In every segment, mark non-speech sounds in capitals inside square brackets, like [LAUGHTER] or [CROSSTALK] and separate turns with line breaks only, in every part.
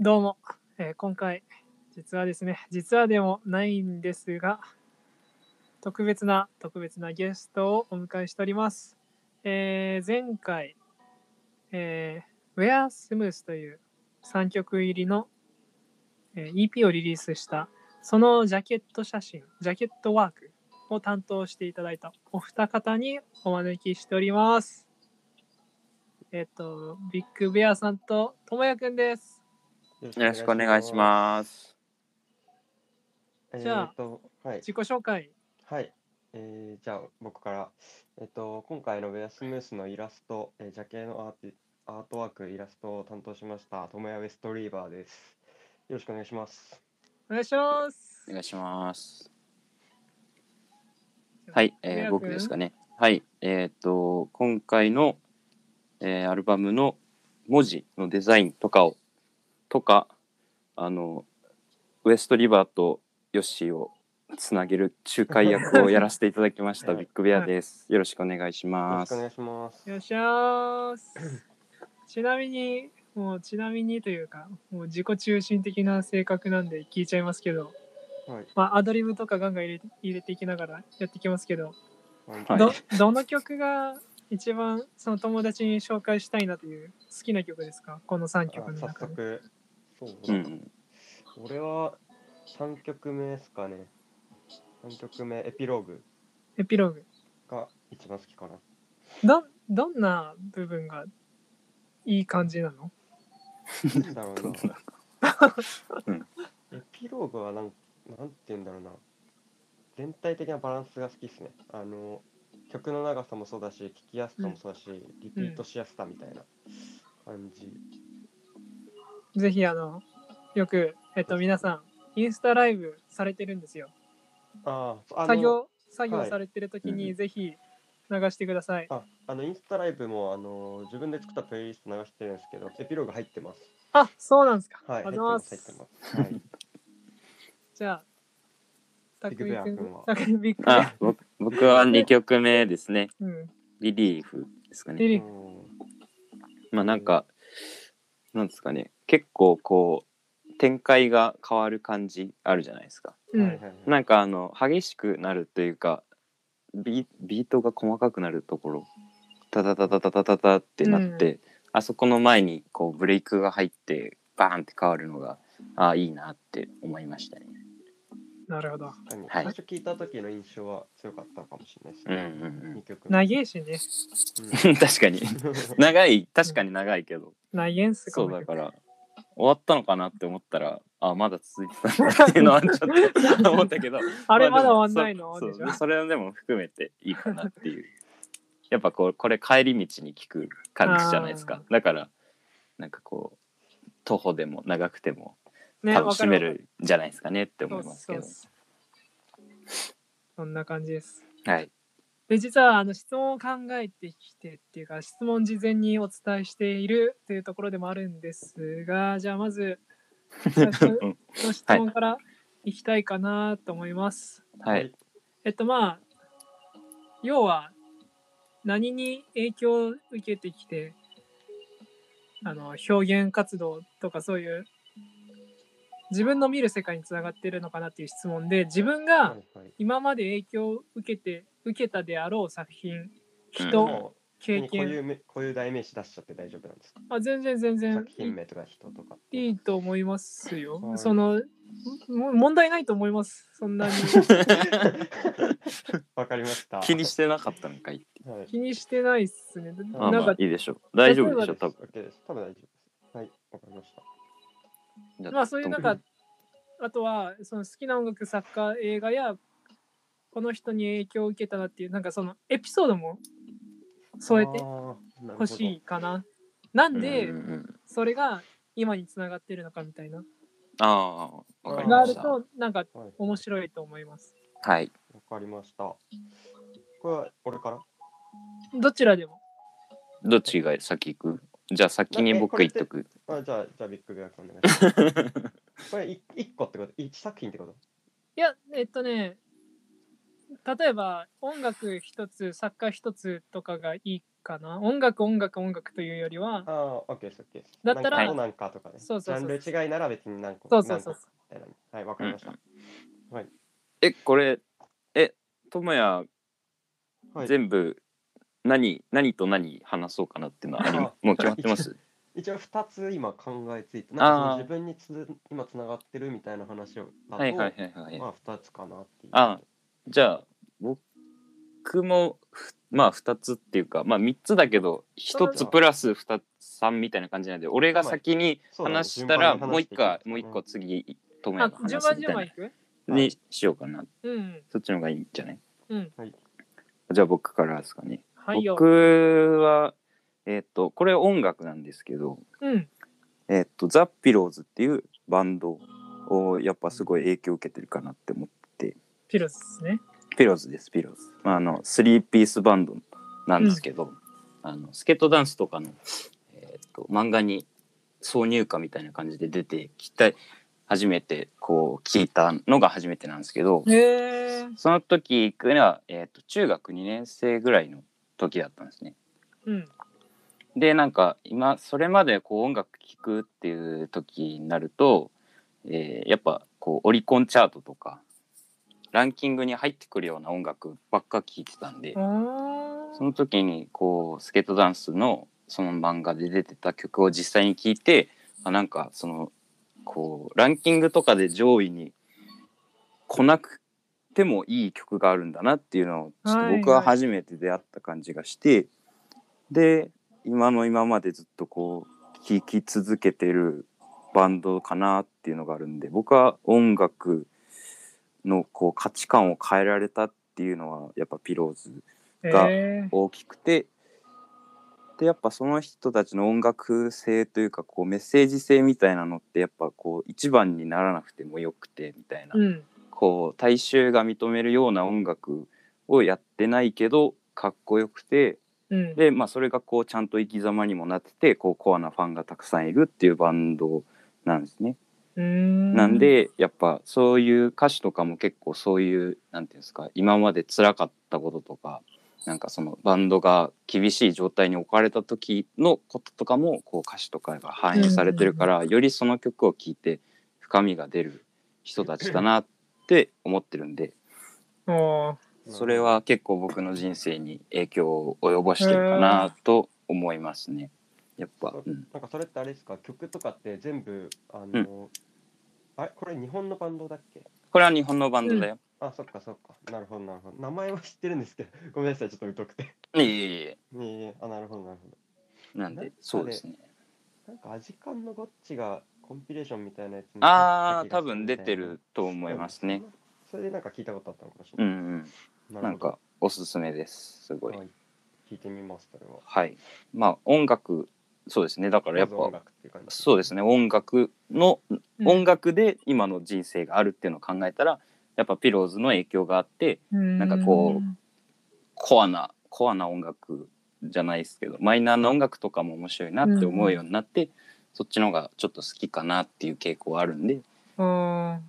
どうも、えー今回実はですね実はでもないんですが特別な特別なゲストをお迎えしております、えー前回、えー、Where Smooth という3曲入りの、えー EP をリリースしたそのジャケット写真ジャケットワークを担当していただいたお二方にお招きしておりますえっ、とビッグベアさんとともやくんです
よ
よろしくお願いします。
す
じゃあ
えーっと、はい。
自己紹介
はい。えーじゃあ、僕から。えーっと、今回のウェアスムースのイラスト、えー、ジャケのアーティアートワーク、イラストを担当しました、トモヤウェストリーバーです。よろしくお願いします。
お願いしま
お
す。
願いします。はい、えー、僕ですかね。はい、えっ、と、今回の、えーアルバムの文字のデザインとかを、とか、あの、ウエストリバーとヨッシーをつなげる仲介役をやらせていただきました、
はい
ビッグベアです。よろしくお願いし
よろ
ま
しくお願
す
い。します。
よっしゃーす。ちなみに、もうちなみにというか、もう自己中心的な性格なんで聞いちゃいますけど、
はい。
まあ、アドリブとかガンガン入れ入れていきながらやってきますけど、
はい
どどの曲が一番その友達に紹介したいなという好きな曲ですかこの3曲
あ
の
早
中で。
速、そう
う
だ、
ん、
俺は3曲目ですかね。3曲目、エピローグ
エピローグ。
が一番好きかな。
どどんな部分がいい感じなの
なんだろう
う。
なんエピローグはなん、なんて言うんだろうな。全体的なバランスが好きですね。あの、曲の長さもそうだし、聞きやすさもそうだし、リピートしやすさみたいな感じ。
ぜひあのよくえっと皆さんインスタライブされてるんですよ。
あーあの、
作業作業
はい
されてる時
うんう
に
ん
ぜひ流してください。
あ、あの、インスタライブも、あの、自分で作ったプレイリスト流してるんですけど、エピローグ入ってます。
あそうなんですか。
はい、
あ
入っ
り
て
がとうござい
ま。
ますす。
入ってます。はい。
じゃあた
ビッ
く
グ
み
ベア
く
君は
ん、たくみくん、
あぼ僕は2曲目ですね。
うん、
リリーフですかね。
リリーフ
うん
まあなんか、なんですかね、結構こう、展開が変わる感じあるじゃないですか。
う
はい
ん
はい、はい
なんかあの、激しくなるというか、ビビートが細かくなるところ、タタタタタタタタってなって、あそこの前にこうブレイクが入って、バーンって変わるのが、ああ、いいなって思いましたね。
なるほど。
確かに
はい
最初聞いた時の印象は強かったかもしれないです
うん
ね。
うん
二曲目
なげえしね、
うん。 [LAUGHS] 確かに。長い、確かに長いけど、
なげんす
そう
この
だ
曲
から、終わったのかなって思ったら、あ、まだ続いてたんだっていうのはちょっと思ったけ
[LAUGHS]
ど、
あれ
ま
ま
あで
だ
も
終わんないの
そ
で
う
しょ。
それでも含めていいかなっていうやっぱこうこれ帰り道に聞く感じじゃないですかだからなんかこう徒歩でも長くても
ね、
楽
わ
し
かる
め
わかる。
るんじゃないですかねって
そ
思
う
います
そ
け
う
ど
そう。そんな感じです。
はい
で実はあの質問を考えてきてっていうか質問事前にお伝えしているというところでもあるんですがじゃあま
[LAUGHS]
ず最初
うん
の質問からいきたいかなと思います。
はい。
えっとまあ要は何に影響を受けてきてあの表現活動とかそういう自分の見る世界につながってるのかなっていう質問で自分が
[LAUGHS] はいはい
今まで影響を受けて受けたであろう作品
と
人、
うん
も
経
こうい
験、
うめこういう代名詞出しちゃって大丈夫なんですか
あ全然全然
作品名とか人とか
いいいと思いますよ、
はい
そのも問題ないと思いますそんなに
わかりました
気にしてなかったのかいって
はい
気にしてないっすね
まあ
なん
まあ
か
いいでしょう大丈夫でし
大
ょう多
丈
分
夫です多分大丈夫ですはいわかりました
じゃ
まあそういうなん
ど
かあとはその好きな音楽作家映画やこの人に影響を受けたなっていうなんかそのエピソードも添えて
て
ほしいかななんで
うんうんうん
それが今につながってるのかみたいな
ああわかり
があ
ま
る
した
となんか
はい
面白いと思います
はい
わかりましたこれは俺から
どちらでも
どっちが先行くじゃあ先に僕言っとく
あじゃあじゃあビッグベア君お願いします
[LAUGHS]
これい一個ってこと一作品ってこと
いやえっとね例えば音楽一つ作家一つとかがいいかな音楽音楽音楽というよりは
ああ、オッケーです、オッケーです。
だったら
何個なんかとかね。
そうそうそう
ジャンル違いなら別に何個
そうそうそう
何個みたいなねはい、わかりました。
えこれえともや
はい、
全部何、何と何話そうかなっていうのはあり
あ
もう決まってます
一応二つ今考えついて、
あー
なんかその自分につづ今つながってるみたいな話をだと、
はいはいはいはい
まあ二つかなっていう。
あじゃあ僕もふまあ2つっていうかまあ3つだけど1つプラス2つ3みたいな感じなんで俺が先に
そうだね
話したら
順番に
もう
話し
一
ていきま
回
す
もう一個次ともや
あ
が話
順
す
番
み
順
た
番
い
いく
なにしようかな
うん
そっちの方がいいんじゃない
うん
じゃあ僕からですかね
はいよ
僕はえっとこれ音楽なんですけど
うん
えっとザ・ピローズっていうバンドをやっぱすごい影響を受けてるかなって思って
ピロスですね
ピローズですピローズ、まあ、あのスリーピースバンドなんですけど、あのスケートダンスとかの、えー、と漫画に挿入歌みたいな感じで出てきた初めてこう聞いたのが初めてなんですけど
へえ
その時行くのは、えー、と中学2年生ぐらいの時だったんですね。
うん
でなんか今それまでこう音楽聴くっていう時になると、えーやっぱこうオリコンチャートとかランキングに入ってくるような音楽ばっか聴いてたんで、
あ
その時にこうスケートダンスのその漫画で出てた曲を実際に聴いてあなんかそのこうランキングとかで上位に来なくてもいい曲があるんだなっていうのをちょっと僕
はいは
はい初めて出会った感じがして、で今の今までずっとこう聴き続けてるバンドかなっていうのがあるんで僕は音楽のこう価値観を変えられたっていうのはやっぱピローズ
へ
が
え
大きくてでやっぱその人たちの音楽性というかこうメッセージ性みたいなのってやっぱこう一番にならなくてもよくてみたいな、
うん
こう大衆が認めるような音楽をやってないけどかっこよくて
うん
で、まあ、それがこうちゃんと生き様にもなっててこうコアなファンがたくさんいるっていうバンドなんですね。
うん
なんでやっぱそういう歌詞とかも結構そういうなんていうんですか今まで辛かったこととかなんかそのバンドが厳しい状態に置かれた時のこととかもこう歌詞とかが反映されてるから、よりその曲を聴いて深みが出る人たちだなって思ってるんで
おー
それは結構僕の人生に影響を及ぼしてるかなと思いますね。やっぱ、うん、
なんかそれってあれですか曲とかって全部あの、あれこれ日本のバンドだっけ
これは日本のバンドだよ。
あそっかそっかなるほどなるほど名前は知ってるんですけど [LAUGHS] ごめんなさいちょっと疎くて [LAUGHS]
いえいえいえ
いえいえあなるほどなるほど
なんでそうですね。
なんかアジカンのゴッチがコンピレーションみたいなやつに
あ
入
あ
ってた気がす
多
る
分
んだ
出
よな
てると思いますね。
それでなんか聞いたことあったのかもし
う
れない、
ん、う、
なん
なんかおすすめですすご
るほ
い
ど、はい、聞いてみますそれは
はいまあ音楽そうですねだからやっ
まず音
ぱ
楽っていう感じ
そうですね音楽の
うん
音楽で今の人生があるっていうのを考えたらやっぱピローズの影響があって
なん
かこコアなコアな音楽じゃないですけどマイナーな音楽とかも面白いなって思うようになって、そっちの方がちょっと好きかなっていう傾向はあるんで
ううん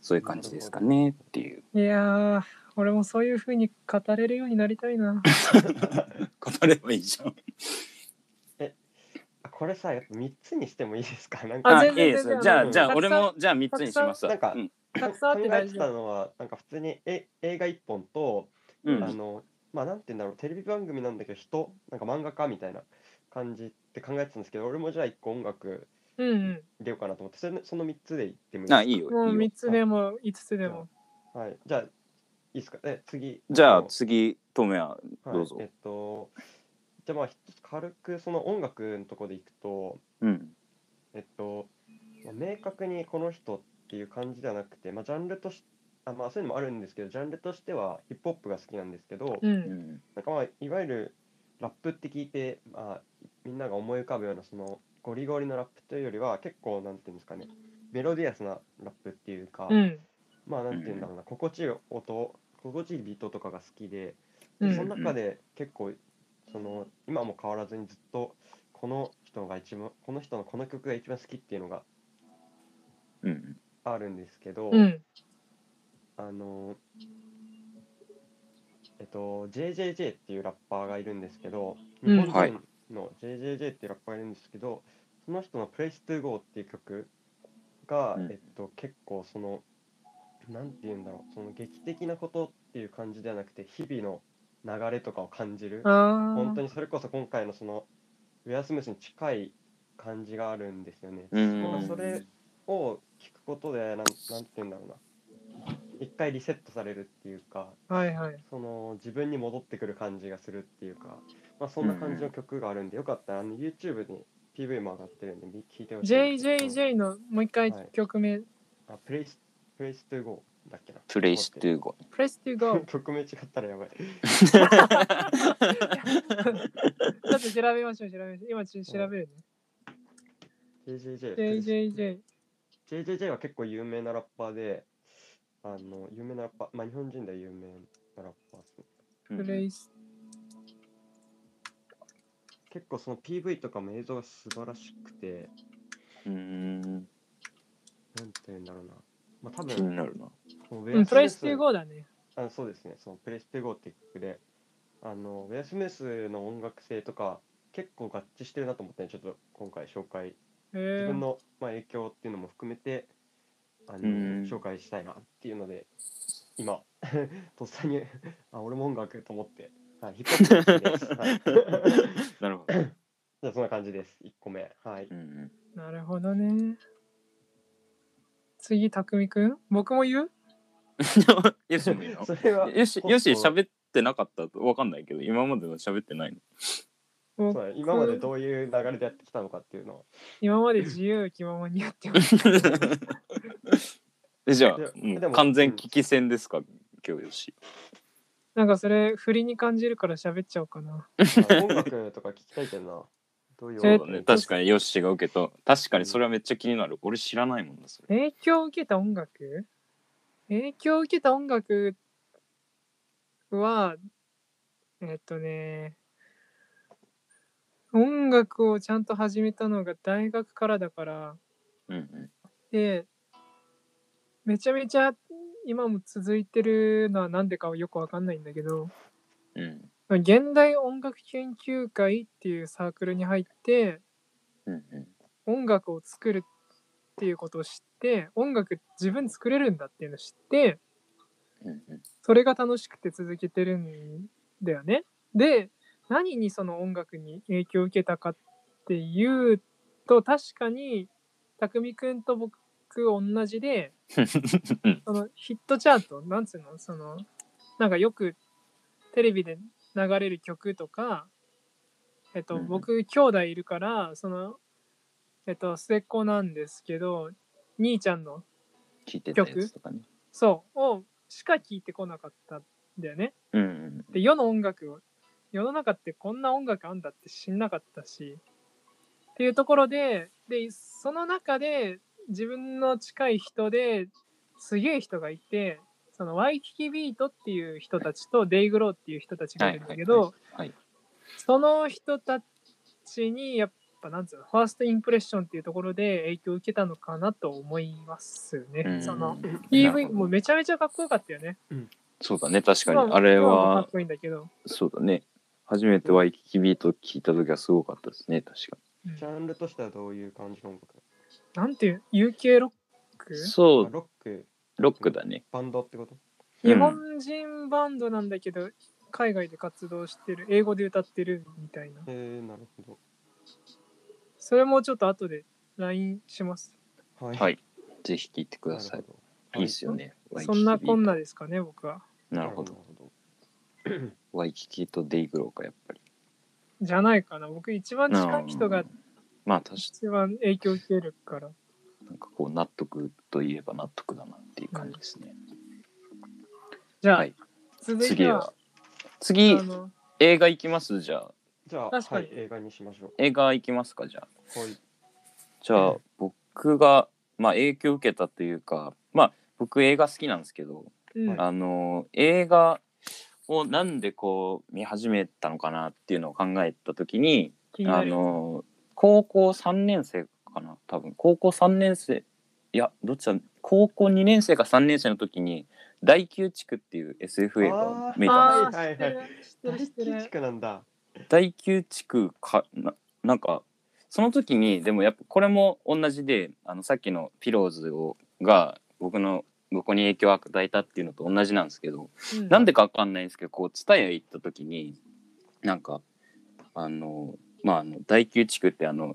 そういう感じですかねっていう
いやー俺もそういう風に語れるようになりたい
[LAUGHS]
な
語ればいいじゃん。
あこれさやっぱ3つにしてもいいですかなん
あ
か
あいい
全然
です
全然
じゃあじゃ
た
あ
く
俺
さん
もじゃあ3つにしますわ
たくさん
うん
たくさんあって
考え
大
て
事
た
だ
のはなんか普通にえ映画1本と、
うん
あのまあなんて言うんだろうテレビ番組なんだけど人なんか漫画家みたいな感じって考えてたんですけど俺もじゃあ1個音楽
うんうん
入れようかなと思ってそれその3つでいってもいいですか
あいいよ
もう
いいよ
3つでも5つでも
はいじゃあいいですかえ次
じゃあ
の
次トメは
はい
どうぞ
えっとじゃあまあひとつ軽くその音楽のとこでいくと
うん
えっと、まあ明確にこの人っていう感じではなくて、まあ、ジャンルとしあ、まあ、そういうのもあるんですけどジャンルとしてはヒップホップが好きなんですけど、
う
うんん
なんかまあいわゆるラップって聞いて、まあ、みんなが思い浮かぶようなそのゴリゴリのラップというよりは結構なんていうんですかねメロディアスなラップっていうか、
うん
まあなんていうんだろうな心地いい音心地いいビートとかが好きで、
う
そ
ん
の中で結構その今も変わらずにずっとこの人が一番この人のこの曲が一番好きっていうのが
うん
あるんですけど、
うん
あのえっと、JJJ っていうラッパーがいるんですけど、
うん
日本
はい
人の JJJ っていうラッパーがいるんですけど、その人の「Place to Go」っていう曲が、
うん
えっと、結構その、なんて言うんだろう、その劇的なことっていう感じではなくて、日々の流れとかを感じる、
あ
本当
ー
にそれこそ今回のその、ウェアスムースに近い感じがあるんですよね。
うん
なんかそれを聞くことで、なんなんて言うんだろうな、一回リセットされるっていうか、
はいはい。
その自分に戻ってくる感じがするっていうか、まあ、そんな感じの曲があるんで、よかったらあの YouTube に PV も上がってるんでみ聴いてほしいんですけど。
JJJ のもう一回
はい
曲名、
あ、プレイス、プレイストゥーゴーだっけな。
プレイストゥーゴ
Press to Go
[LAUGHS] 曲名違ったらやばい。
ちょっと調べましょう、調べましょう。今ちょっと調べる
JJJ。
ね。JJJ。
JJJ は結構有名なラッパーで、あの、有名なラッパー、まあ日本人では有名なラッパーですね。
プレ
イ
イス。
結構その PV とかも映像が素晴らしくて、
う
な
ん
んて言うんだろうな。まあ多
気
分、
になる [LAUGHS] な
も
うん、プレイス
ー
2 5だね。
あそうですね、そのプレステゴーって曲で、あの、ウェアスメスの音楽性とか、結構合致してるなと思って、ちょっと今回紹介、自
へ
分
ー
の、まあ、影響っていうのも含めて、あの、
ん
紹介したいなっていうので、今、 [LAUGHS] とっさに、あ、俺も音楽と思って、はい、ヒップホッ
[LAUGHS]
プです。はい、 [LAUGHS]
なるほ [LAUGHS] ど
じゃあ、そんな感じです、1個目。はい。
うん
なるほどね。次、たくみくん僕も言う
よしもいいの
それは、
よし
ちょっと
よし喋ってなかったとわかんないけど今までの喋ってないの
僕
そうだね今までどういう流れでやってきたのかっていう
[LAUGHS]
のを、
今まで自由気ままにやって [LAUGHS] ました。
えじゃあ
で
うん
でも
完全危機戦ですか今日よし
なんかそれ、振りに感じるから喋っちゃおうかな。
あ音楽とか聞きたいけどな。どういう
え
そ
っ
う
と
音楽
だね確かにヨッシーが受けと確かにそれはめっちゃ気になる俺知らないもんなそれ
影響を受けた音楽影響を受けた音楽は、えっとね、音楽をちゃんと始めたのが大学からだから、
うんうん
で、めちゃめちゃ今も続いてるのはなんでかはよくわかんないんだけど、
うん
現代音楽研究会っていうサークルに入って、
うんうん
音楽を作るっていうことを知って音楽自分作れるんだっていうのを知って
うんうん
それが楽しくて続けてるんだよね。で何にその音楽に影響を受けたかっていうと確かに匠くんと僕同じ
[LAUGHS]
で
うん
そのヒットチャートなんつうのそのなんかよくテレビで流れる曲とか、えっと、
うん
僕兄弟いるからその、えっと、末っ子なんですけど兄ちゃんの
聞いてたやつとかね
そうをしか聞いてこなかったんだよね。
うんうん
で世の音楽を世の中ってこんな音楽あんだって知んなかったしっていうところででその中で自分の近い人ですげえ人がいてそのワイキキビートっていう人たちとデイグローっていう人たちがいるんだけど、
はいはい
その人たちにやっぱなんつうのファーストインプレッションっていうところで影響を受けたのかなと思いますね。
うん
そ
な
の
るほど
PV もめちゃめちゃかっこよかったよね。
そうだね確か
今
に
も
あれ
今もか
は
っこいいんだけど。
そうだね初めてワイキキビート聞いた時はすごかったですね確か
うん
ジャンルとしてはどういう感じの音楽
なんていう UK ロック
にそ
あ
う
ロック、
ロックだね
バンドってこと
日本人バンドなんだけど、海外で活動してる英語で歌ってるみたいな
えー、なるほ
それもちょっと後で LINE します
ど。はい。
はいぜひ聞いてく
な
だ
る
さい
ほど
いいっすよねワイキ
そ
キ
ん
ビ
な
ー
こ
ト
んなですかね僕は
な
はい
るほど
なるほ
ワイキキとデイグローかやっぱり
じゃないかな僕一番近い人
う
が
んまあ確か
一番影響受けるから
になんかこう納得といえば納得だなっていう感じですね
じゃあ、
はい
続い
次
ては
は次
あの
映画行きますじゃあ
じゃあ、
確か
は
に
い、映画にしましょ
映画行きますかじゃあ
う。はい。
じゃあ僕がまあ影響を受けたというかまあ僕映画好きなんですけど
うん
あの映画をなんでこう見始めたのかなっていうのを考えた時に
気にな
あ
る
の高校3年生かな多分高校3年生いやどっちだ高校2年生か3年生の時に大宮地区っていう SF 映画を見たんです
あ
は
よ
あ、
いはいは
知って
大
る知ってる知って
地
る。
区なんだ。
第9地区かななんかその時にでもやっぱこれも同じであのさっきのピローズをが僕の僕に影響を与えたっていうのと同じなんですけど
う
なんでかわかんないんですけどこう蔦屋行った時になんかあのまああの第9地区ってあの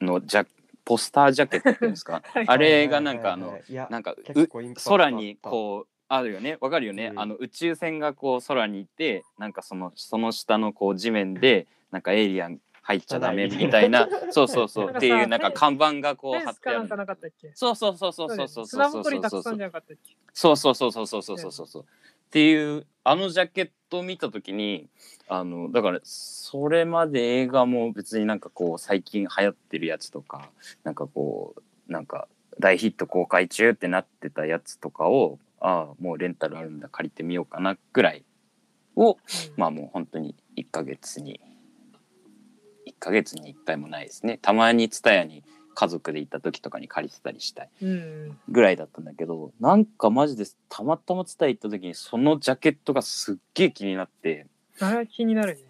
のジャポスタージャケットっていうんです
[LAUGHS]
か
はい
あれがなんかあの
はいはいはい、いや、
なんかう
結構インパクトあった
空にこうあるよねわかるよね、
うん
あの宇宙船がこう空にいてなんかそのその下のこう地面でなんかエイリアン入っちゃダメみたいなそうそうそうっていうなんか看板がこ
フ
う
ェ
貼
ン
っ
ス
て
か
あ
なん
る
かなかったっけ
そうそうそうそうそ
そ
うそうう
ス
そ
ラ
う
ム
そう
ポリた
そ
く
う
さんじゃなかったっけ
そうそうそうそうそうそうそうそうそうっていうあのジャケットを見た時にあのだからそれまで映画も別になんかこう最近流行ってるやつとかなんかこうなんか大ヒット公開中ってなってたやつとかをああもうレンタルあるんだ借りてみようかなぐらいをまあもう本当に1ヶ月に1ヶ月に1回もないですねたまに蔦屋に家族で行った時とかに借りてたりしたい
うん。
ぐらいだったんだけどなんかマジでたまたま伝え行った時にそのジャケットがすっげえ気になって
あれは気になるね。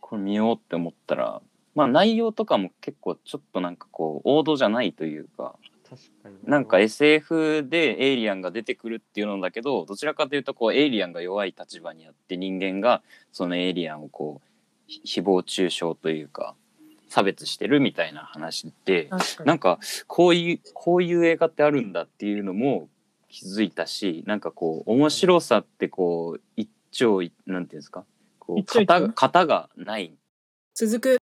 これ見ようって思ったらまあ内容とかも結構ちょっとなんかこう王道じゃないというか
確かに
なんか SF でエイリアンが出てくるっていうのだけどどちらかというとこうエイリアンが弱い立場にあって人間がそのエイリアンをこうひ誹謗中傷というか差別してるみたいな話で。
確かに。
なんかこういうこういう映画ってあるんだっていうのも気づいたしなんかこう面白さってこう一丁いなんていうんですかこう
一丁一
型
丁
が型がない
続く。